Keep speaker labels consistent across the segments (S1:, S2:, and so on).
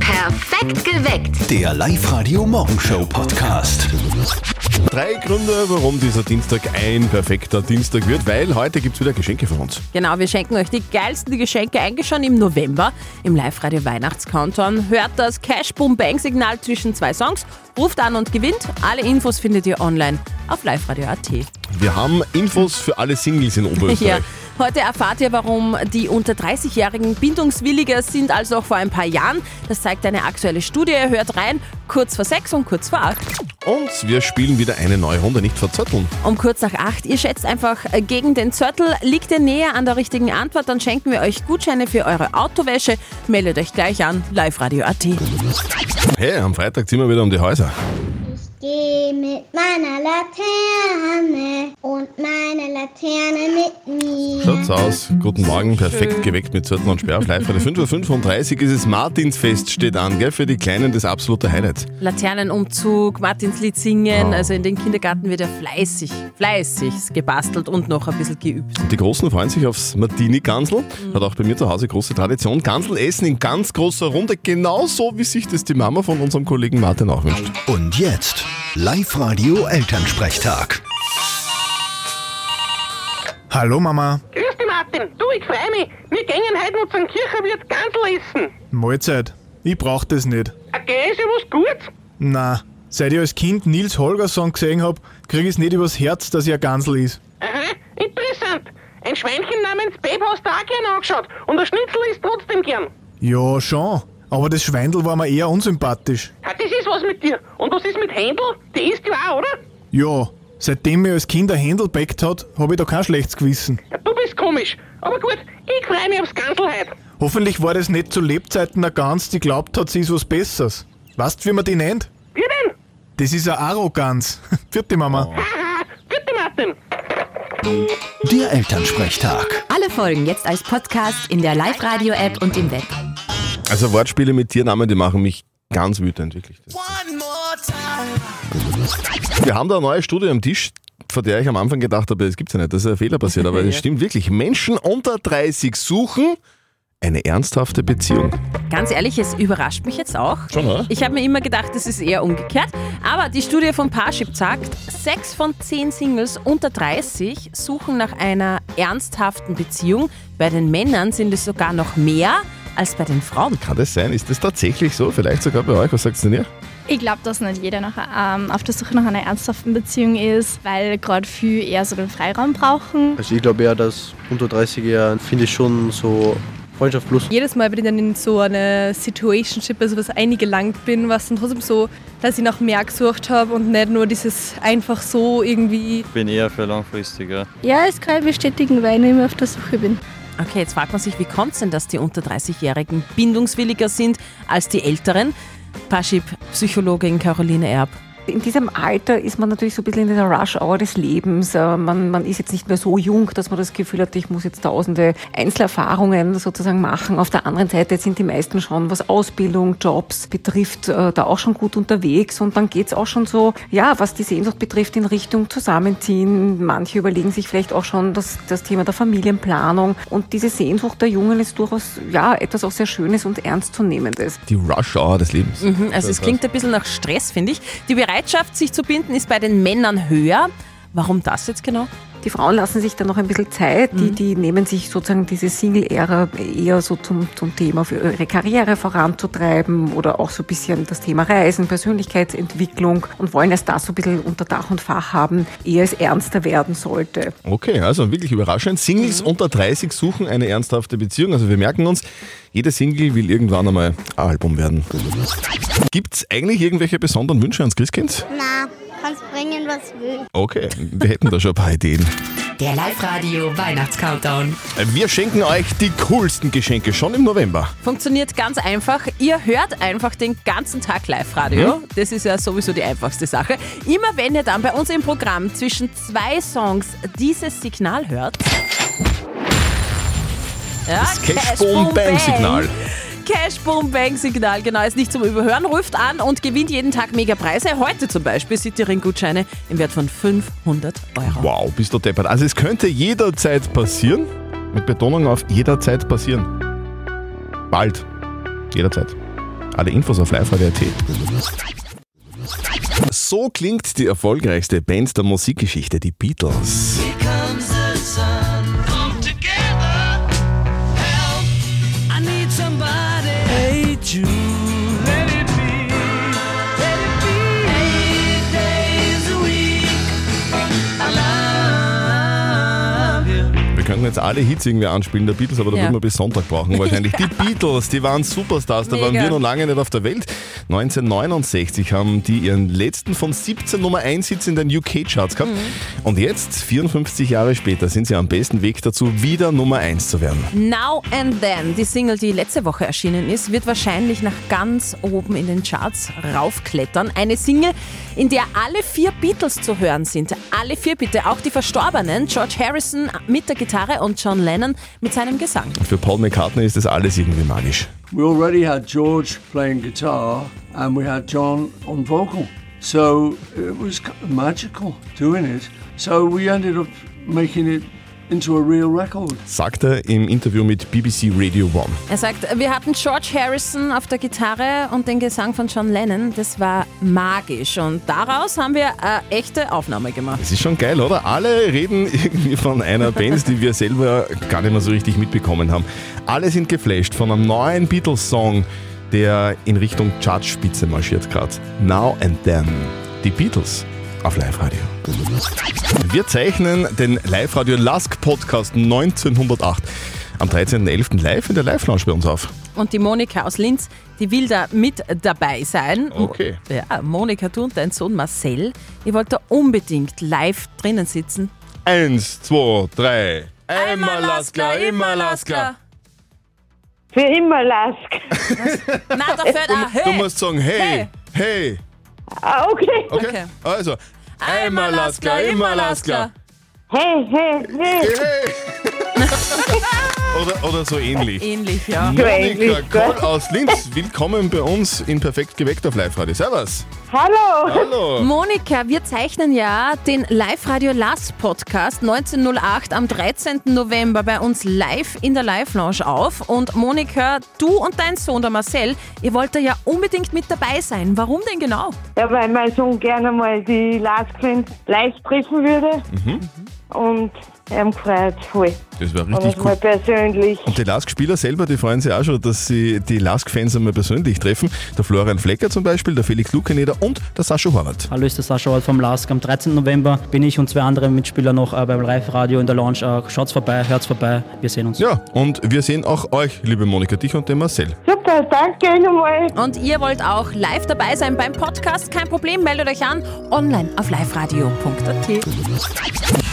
S1: Perfekt geweckt.
S2: Der Live-Radio-Morgenshow-Podcast.
S3: Drei Gründe, warum dieser Dienstag ein perfekter Dienstag wird, weil heute gibt es wieder Geschenke von uns.
S4: Genau, wir schenken euch die geilsten Geschenke eigentlich schon im November im Live-Radio Weihnachts-Countdown. Hört das Cash-Boom-Bang-Signal zwischen zwei Songs, ruft an und gewinnt. Alle Infos findet ihr online auf liveradio.at.
S3: Wir haben Infos für alle Singles in Oberösterreich.
S4: Ja. Heute erfahrt ihr, warum die unter 30-Jährigen bindungswilliger sind als noch vor ein paar Jahren. Das zeigt eine aktuelle Studie. Hört rein, kurz vor sechs und kurz vor acht.
S3: Und wir spielen wieder eine neue Runde, nicht verzötteln.
S4: um kurz nach acht. Ihr schätzt einfach äh, gegen den Zörtel. Liegt ihr näher an der richtigen Antwort, dann schenken wir euch Gutscheine für eure Autowäsche. Meldet euch gleich an, liveradio.at.
S3: Hey, am Freitag ziehen wir wieder um die Häuser.
S5: Ich gehe mit meiner Laterne und meine Laterne mit mir.
S3: Schaut's aus. Guten Morgen, perfekt geweckt mit Zürtel und Sperr. Live bei der 5.35 Uhr ist es Martinsfest, steht an, gell? Für die Kleinen das absolute Highlight.
S4: Laternenumzug, Martinslied singen, also in den Kindergarten wird ja fleißig, fleißig gebastelt und noch ein bisschen geübt.
S3: Die Großen freuen sich aufs Martini-Gansel. Hat auch bei mir zu Hause große Tradition. Gansel essen in ganz großer Runde, genauso wie sich das die Mama von unserem Kollegen Martin auch wünscht.
S2: Und jetzt Live-Radio Elternsprechtag.
S6: Hallo Mama,
S7: Grüß dich, Martin. Du, ich freue mich. Wir gehen heute noch zum Kirchenwirt Gansel essen.
S6: Mahlzeit. Ich brauch das nicht.
S7: Okay, ist ja Äh, was Gutes.
S6: Na, seit ich als Kind Nils Holgersson gesehen hab, krieg ich's nicht übers Herz, dass er ein Gansel ist.
S7: Aha, interessant. Ein Schweinchen namens Babe hast du auch gern angeschaut. Und ein Schnitzel ist trotzdem gern.
S6: Ja, schon. Aber das Schweindel war mir eher unsympathisch.
S7: Ha, das ist was mit dir. Und was ist mit Händel? Die isst du auch, oder?
S6: Ja, seitdem mir als Kind ein Händel backt hat, hab ich da kein schlechtes Gewissen.
S7: Ja, du bist komisch. Aber gut, ich freue mich aufs Gansel heute.
S6: Hoffentlich war das nicht zu Lebzeiten eine Gans, die glaubt hat, sie ist was Besseres. Weißt wie man die nennt?
S7: Wie denn?
S6: Das ist eine Arrogans. Vierte Mama.
S7: Haha, bitte, Martin.
S2: Der Elternsprechtag.
S1: Alle Folgen jetzt als Podcast in der Live-Radio-App und im Web.
S3: Also Wortspiele mit Tiernamen, die machen mich ganz wütend, wirklich. Das- Wir haben da eine neue Studie am Tisch, von der ich am Anfang gedacht habe, es gibt's ja nicht, das ist ein Fehler passiert, aber es stimmt wirklich. Menschen unter 30 suchen eine ernsthafte Beziehung.
S4: Ganz ehrlich, es überrascht mich jetzt auch.
S3: Schon, oder?
S4: Ich habe mir immer gedacht, es ist eher umgekehrt. Aber die Studie von Parship sagt, sechs von zehn Singles unter 30 suchen nach einer ernsthaften Beziehung. Bei den Männern sind es sogar noch mehr als bei den Frauen.
S3: Kann das sein? Ist das tatsächlich so? Vielleicht sogar bei euch, was sagst du denn ihr?
S8: Ich glaube, dass nicht jeder noch, ähm, auf der Suche nach einer ernsthaften Beziehung ist, weil gerade viel eher so den Freiraum brauchen.
S9: Also ich glaube ja, dass unter 30 Jahren finde ich schon so Freundschaft plus.
S10: jedes Mal bin ich dann in so eine Situationship, also was eingelangt bin, was dann trotzdem so, dass ich nach mehr gesucht habe und nicht nur dieses einfach so irgendwie.
S9: Bin eher für langfristiger.
S8: Ja, es kann ich bestätigen, weil ich immer auf der Suche bin.
S4: Okay, jetzt fragt man sich, wie kommt es denn, dass die unter 30-Jährigen bindungswilliger sind als die Älteren? Parship-Psychologin Caroline Erb.
S11: In diesem Alter ist man natürlich so ein bisschen in der Rush-Hour des Lebens. Äh, Man, man ist jetzt nicht mehr so jung, dass man das Gefühl hat, ich muss jetzt tausende Einzelerfahrungen sozusagen machen. Auf der anderen Seite sind die meisten schon, was Ausbildung, Jobs betrifft, äh, da auch schon gut unterwegs. Und dann geht's auch schon so, ja, was die Sehnsucht betrifft, in Richtung Zusammenziehen. Manche überlegen sich vielleicht auch schon das, das Thema der Familienplanung. Und diese Sehnsucht der Jungen ist durchaus, ja, etwas auch sehr Schönes und Ernstzunehmendes.
S3: Die Rush Hour des Lebens.
S4: Mhm, Also es klingt ein bisschen nach Stress, finde ich. Die Bereitschaft, sich zu binden, ist bei den Männern höher. Warum das jetzt genau?
S11: Die Frauen lassen sich dann noch ein bisschen Zeit, die, die nehmen sich sozusagen diese Single-Ära eher so zum, zum Thema für ihre Karriere voranzutreiben oder auch so ein bisschen das Thema Reisen, Persönlichkeitsentwicklung und wollen erst das so ein bisschen unter Dach und Fach haben, ehe es ernster werden sollte.
S3: Okay, also wirklich überraschend. Singles unter 30 suchen eine ernsthafte Beziehung. Also wir merken uns, jeder Single will irgendwann einmal ein Album werden. Gibt's eigentlich irgendwelche besonderen Wünsche ans Christkind?
S5: Na, kannst bringen, was willst.
S3: Okay, wir hätten da schon ein paar Ideen.
S1: Der Live-Radio Weihnachts-Countdown.
S3: Wir schenken euch die coolsten Geschenke schon im November.
S4: Funktioniert ganz einfach. Ihr hört einfach den ganzen Tag Live-Radio. Das ist ja sowieso die einfachste Sache. Immer wenn ihr dann bei uns im Programm zwischen zwei Songs dieses Signal hört. Ja,
S3: Das Cash-Boom-Bang-Signal.
S4: Cash Boom Bang Signal, genau, ist nicht zum Überhören. Ruft an und gewinnt jeden Tag mega Preise. Heute zum Beispiel Cityring-Gutscheine im Wert von 500 Euro.
S3: Wow, bist du deppert. Also es könnte jederzeit passieren. Mit Betonung auf jederzeit passieren. Bald. Jederzeit. Alle Infos auf liveradio.at. So klingt die erfolgreichste Band der Musikgeschichte, die Beatles. Wir könnten jetzt alle Hits irgendwie anspielen der Beatles, aber da
S4: Ja.
S3: würden wir bis Sonntag brauchen wahrscheinlich. Die Beatles, die waren Superstars, da waren
S4: Mega.
S3: wir noch lange nicht auf der Welt. 1969 haben die ihren letzten von 17 Nummer 1 Hits in den UK-Charts gehabt.
S4: Mhm.
S3: Und jetzt, 54 Jahre später, sind sie am besten Weg dazu, wieder Nummer 1 zu werden.
S4: Now and Then, die Single, die letzte Woche erschienen ist, wird wahrscheinlich nach ganz oben in den Charts raufklettern. Eine Single, in der alle vier Beatles zu hören sind. Alle vier bitte, auch die Verstorbenen, George Harrison mit der Gitarre und John Lennon mit seinem Gesang.
S3: Für Paul McCartney ist das alles irgendwie magisch.
S12: We already had George playing guitar and we had John on vocal. So it was k- magical doing it. So we ended up making it into a real record.
S3: Sagt er im Interview mit BBC Radio One.
S4: Er sagt, wir hatten George Harrison auf der Gitarre und den Gesang von John Lennon. Das war magisch und daraus haben wir eine echte Aufnahme gemacht.
S3: Das ist schon geil, oder? Alle reden irgendwie von einer Band, die wir selber gar nicht mehr so richtig mitbekommen haben. Alle sind geflasht von einem neuen Beatles-Song, der in Richtung Chartspitze marschiert gerade. Now and Then. Die Beatles auf Live-Radio. Wir zeichnen den Live-Radio Lask Podcast 1908 am 13.11. live in der Live-Lounge bei uns auf.
S4: Und die Monika aus Linz, die will da mit dabei sein.
S3: Okay.
S4: Ja, Monika, du und dein Sohn Marcel, ihr wollt da unbedingt live drinnen sitzen.
S3: Eins, zwei, drei. Einmal
S4: Lasker, immer Lasker.
S13: Für immer Lask.
S4: Na, da fällt auch,
S3: Du
S4: hey.
S3: musst sagen, hey, hey.
S13: Ah, okay.
S3: Okay. Also, einmal Lasker, immer Lasker.
S13: Hey, hey, hey.
S3: Oder, oder so ähnlich.
S4: Ähnlich, ja.
S13: So
S3: Monika
S13: ähnlich,
S3: Kohl
S13: gell?
S3: aus Linz, willkommen bei uns in Perfekt geweckt auf Live-Radio. Servus.
S13: Hallo.
S3: Hallo.
S4: Monika, wir zeichnen ja den Live-Radio Last Podcast 1908 am 13. November bei uns live in der Live-Lounge auf. Und Monika, du und dein Sohn, der Marcel, ihr wollt da ja unbedingt mit dabei sein. Warum denn genau?
S13: Ja, weil mein Sohn gerne mal die Lask Friend live treffen würde und er hat gefreut voll.
S3: Das war
S13: Und
S3: richtig
S13: das mal
S3: cool.
S13: persönlich.
S3: Und die Lask-Spieler selber, die freuen sich auch schon, dass sie die Lask-Fans einmal persönlich treffen. Der Florian Flecker zum Beispiel, der Felix Lukeneder und der Sascha Horvath.
S14: Hallo, ist der Sascha Ort vom LASK. Am 13. November bin ich und zwei andere Mitspieler noch äh, beim Live-Radio in der Lounge. Äh, schaut's vorbei, hört's vorbei, wir sehen uns.
S3: Ja, und wir sehen auch euch, liebe Monika, dich und den Marcel.
S13: Super, danke nochmal.
S4: Und ihr wollt auch live dabei sein beim Podcast? Kein Problem, meldet euch an online auf liveradio.at.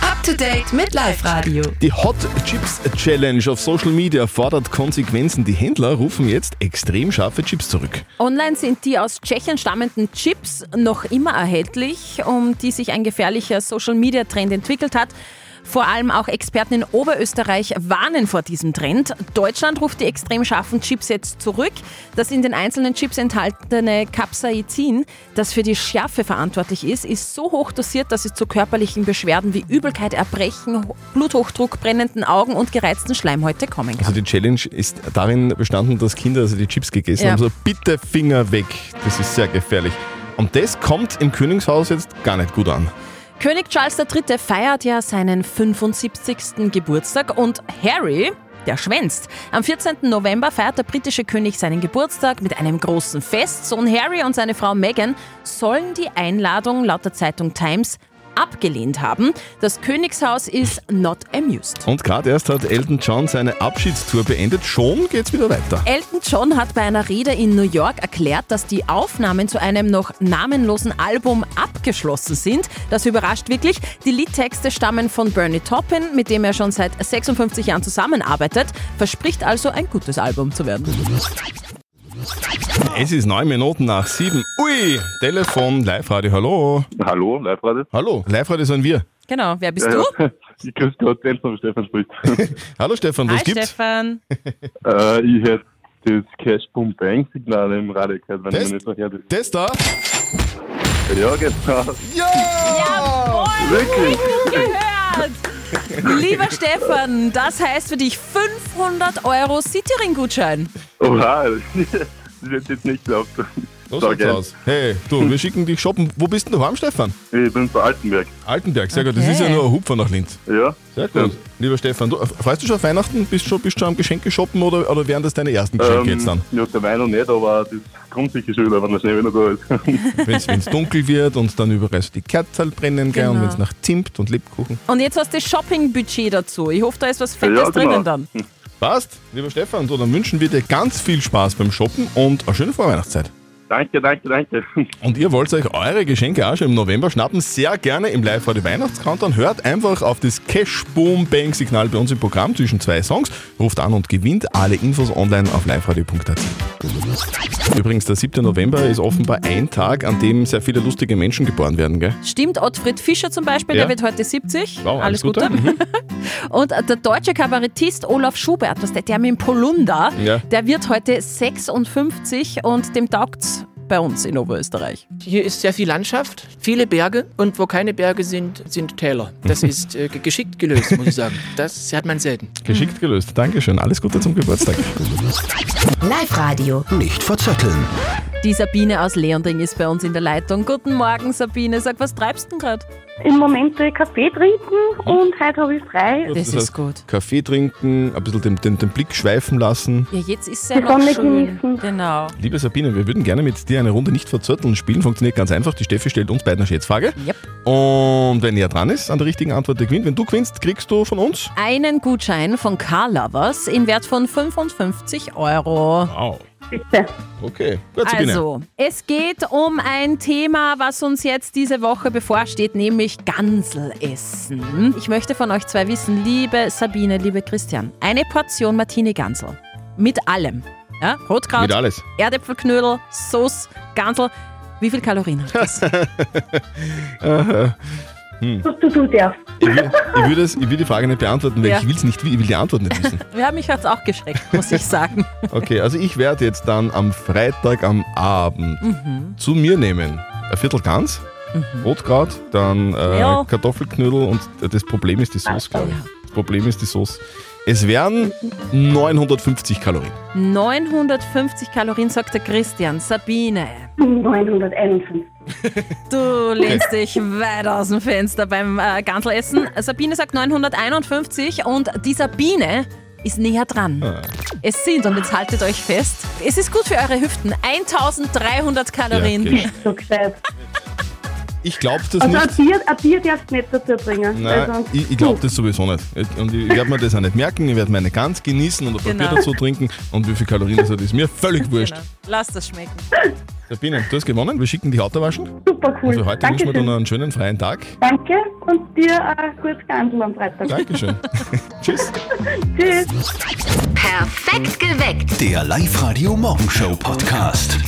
S1: Up to date mit Live-Radio.
S3: Die Hot Chips Challenge auf Social Media fordert Konsequenzen. Die Händler rufen jetzt extrem scharfe Chips zurück.
S4: Online sind die aus Tschechien stammenden Chips noch immer erhältlich, um die sich ein gefährlicher Social-Media-Trend entwickelt hat. Vor allem auch Experten in Oberösterreich warnen vor diesem Trend. Deutschland ruft die extrem scharfen Chips jetzt zurück. Das in den einzelnen Chips enthaltene Capsaicin, das für die Schärfe verantwortlich ist, ist so hoch dosiert, dass es zu körperlichen Beschwerden wie Übelkeit, Erbrechen, Bluthochdruck, brennenden Augen und gereizten Schleimhäute kommen kann.
S3: Also die Challenge ist darin bestanden, dass Kinder also die Chips gegessen
S4: Ja.
S3: haben. So bitte Finger weg. Das ist sehr gefährlich. Und das kommt im Königshaus jetzt gar nicht gut an.
S4: König Charles III. feiert ja seinen 75. Geburtstag und Harry, der schwänzt. Am 14. November feiert der britische König seinen Geburtstag mit einem großen Fest. Sohn Harry und seine Frau Meghan sollen die Einladung laut der Zeitung Times abgelehnt haben. Das Königshaus ist not amused.
S3: Und gerade erst hat Elton John seine Abschiedstour beendet. Schon geht's wieder weiter.
S4: Elton John hat bei einer Rede in New York erklärt, dass die Aufnahmen zu einem noch namenlosen Album abgeschlossen sind. Das überrascht wirklich. Die Liedtexte stammen von Bernie Taupin, mit dem er schon seit 56 Jahren zusammenarbeitet, verspricht also ein gutes Album zu werden.
S3: Es ist neun Minuten nach sieben. Ui, Telefon, Live-Radio, hallo.
S15: Hallo, Live-Radio.
S3: Hallo, Live-Radio sind wir.
S4: Genau, wer bist du?
S15: Ja. Ich grüße Gott, ganz normal Stefan spricht.
S3: Hallo Stefan,
S4: Hi Stefan.
S15: Äh, ich hätte das Cash Boom Bang Signal im Radio gehört, wenn
S3: Das-
S15: ich mir nicht verkehrt ist.
S3: Das da?
S15: Ja, genau.
S4: Jawohl,
S15: Wirklich?
S4: gehört. Lieber Stefan, das heißt für dich 500 Euro Cityring-Gutschein.
S15: Oha, das wird jetzt nicht glaubt.
S3: So schaut's aus. Hey, du, wir schicken dich shoppen. Wo bist denn du heim, Stefan?
S15: Ich bin bei Altenberg.
S3: Altenberg, sehr gut. Das ist ja nur ein Hupfer nach Linz.
S15: Ja.
S3: Sehr gut. Lieber Stefan, du, freust du schon auf Weihnachten? Bist du schon, bist du schon am Geschenke shoppen oder, oder wären das deine ersten Geschenke
S15: Ähm,
S3: jetzt dann?
S15: Ja, der Wein noch nicht, aber das kommt sicher schon wieder, wenn der Schnee wieder da ist.
S3: Wenn es dunkel wird und dann überall so die Kerzen brennen, gell? Und
S4: Genau.
S3: wenn es nach Zimt und Lebkuchen.
S4: Und jetzt hast du das Shopping-Budget dazu. Ich hoffe, da ist was Fettes
S15: genau.
S4: drinnen dann.
S3: Passt, lieber Stefan, so, dann wünschen wir dir ganz viel Spaß beim Shoppen und eine schöne Vorweihnachtszeit.
S15: Danke, danke, danke.
S3: Und ihr wollt euch eure Geschenke auch schon im November schnappen, sehr gerne im live radio weihnachtscountdown Hört einfach auf das Cash-Boom-Bang-Signal bei uns im Programm zwischen zwei Songs. Ruft an und gewinnt alle Infos online auf liveradio.at. Übrigens, der 7. November ist offenbar ein Tag, an dem sehr viele lustige Menschen geboren werden, gell?
S4: Stimmt, Ottfried Fischer zum Beispiel,
S3: Ja.
S4: der wird heute 70.
S3: Wow, alles Gute. Mhm.
S4: Und der deutsche Kabarettist Olaf Schubert, was der, der mit dem Polunder,
S3: Ja.
S4: der wird heute 56 und dem taugt's bei uns in Oberösterreich.
S16: Hier ist sehr viel Landschaft, viele Berge und wo keine Berge sind, sind Täler. Das ist äh, ge- geschickt gelöst, muss ich sagen. Das hat man selten.
S3: Geschickt gelöst. Dankeschön. Alles Gute zum Geburtstag.
S4: Live-Radio.
S2: Nicht verzetteln.
S4: Die Sabine aus Leonding ist bei uns in der Leitung. Guten Morgen, Sabine. Sag, was treibst du denn gerade?
S13: Im Moment tue ich Kaffee trinken und heute habe ich frei.
S3: heißt, Kaffee trinken, ein bisschen den, den, den Blick schweifen lassen.
S4: Ja, jetzt ist es
S13: Die
S4: ja noch
S13: Sonne
S4: schön. Genau.
S3: Liebe Sabine, wir würden gerne mit dir eine Runde nicht verzörteln spielen. Funktioniert ganz einfach. Die Steffi stellt uns beiden eine Schätzfrage.
S4: Yep.
S3: Und wenn er dran ist, an der richtigen Antwort, der gewinnt. Wenn du gewinnst, kriegst du von uns.
S4: Einen Gutschein von Car Lovers im Wert von 55 Euro.
S3: Wow.
S13: Bitte.
S3: Okay. Gut, Sabine.
S4: Also, es geht um ein Thema, was uns jetzt diese Woche bevorsteht, nämlich Ganselessen. Ich möchte von euch zwei wissen, liebe Sabine, liebe Christian, eine Portion Martini Gansel mit allem. Ja, Rotkraut,
S3: Mit alles.
S4: Erdäpfelknödel, Sauce, Gansel. Wie viel Kalorien hat das?
S3: Aha. Hm.
S13: Was du tun darfst.
S3: Ich, will, ich, will das, ich will die Frage nicht beantworten, weil
S4: Ja.
S3: ich will's nicht, ich will die Antwort nicht wissen.
S4: ja, mich hat es auch geschreckt, muss ich sagen.
S3: Okay, also ich werde jetzt dann am Freitag am Abend
S4: Mhm.
S3: zu mir nehmen. Ein Viertel Gans, Rotkraut, dann äh,
S4: Ja.
S3: Kartoffelknödel und äh, das Problem ist die Sauce, glaube ich. Das Problem ist die Sauce. Es wären 950 Kalorien.
S4: 950 Kalorien, sagt der Christian. Sabine,
S13: 951.
S4: du lehnst dich weit aus dem Fenster beim äh, Ganselessen. Sabine sagt 951 und die Sabine ist näher dran. Es sind, und jetzt haltet euch fest, es ist gut für eure Hüften, 1300 Kalorien.
S3: Ja, okay.
S13: So gescheit.
S3: Ich glaube das
S13: Also ein
S3: nicht.
S13: Bier, ein Bier darfst du nicht dazu bringen.
S3: Nein,
S13: also,
S3: ich, ich glaube das sowieso nicht. Und ich werde mir das auch nicht merken. Ich werde meine Gans genießen und ein paar
S4: Genau.
S3: Bier dazu trinken. Und wie viel Kalorien das hat, ist mir völlig wurscht.
S4: Lass das schmecken.
S3: Sabine, du hast gewonnen. Wir schicken dich Auto waschen.
S13: Super cool.
S3: Also heute wünschen wir
S13: Dankeschön.
S3: dir noch einen schönen freien Tag.
S13: Danke und dir ein gutes Gansel am Freitag.
S3: Dankeschön. Tschüss.
S13: Tschüss.
S1: Perfekt geweckt.
S2: Der Live-Radio Morgenshow Podcast.